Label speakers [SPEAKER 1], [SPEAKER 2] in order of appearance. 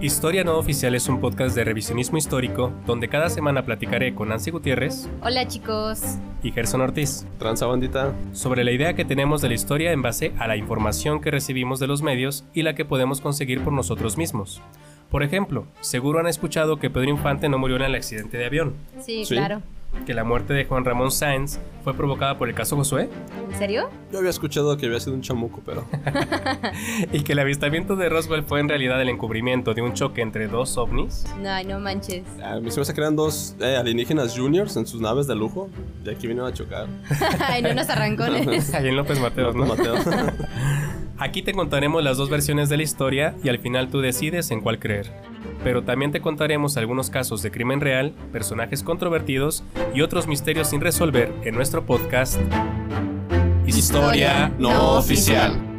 [SPEAKER 1] Historia No Oficial es un podcast de revisionismo histórico donde cada semana platicaré con Nancy Gutiérrez
[SPEAKER 2] Hola chicos.
[SPEAKER 1] y Gerson Ortiz
[SPEAKER 3] Tranza bandita,
[SPEAKER 1] sobre la idea que tenemos de la historia en base a la información que recibimos de los medios y la que podemos conseguir por nosotros mismos. Por ejemplo, seguro han escuchado que Pedro Infante no murió en el accidente de avión,
[SPEAKER 2] Sí,
[SPEAKER 3] Sí.
[SPEAKER 2] claro.
[SPEAKER 1] que la muerte de Juan Ramón Sáenz fue provocada por el caso Josué
[SPEAKER 2] ¿En serio?
[SPEAKER 3] yo había escuchado que había sido un chamuco, pero
[SPEAKER 1] y que el avistamiento de Roswell fue en realidad el encubrimiento de un choque entre dos ovnis.
[SPEAKER 2] No, no manches.
[SPEAKER 3] a mí se me hace que eran dos eh, alienígenas juniors en sus naves de lujo y aquí vinieron a chocar.
[SPEAKER 2] Ay, no nos arrancones.
[SPEAKER 1] Ahí en López Mateos, ¿no?
[SPEAKER 3] Mateo.
[SPEAKER 1] Aquí te contaremos las dos versiones de la historia y al final tú decides en cuál creer. Pero también te contaremos algunos casos de crimen real, personajes controvertidos y otros misterios sin resolver en nuestro podcast
[SPEAKER 2] Historia no oficial.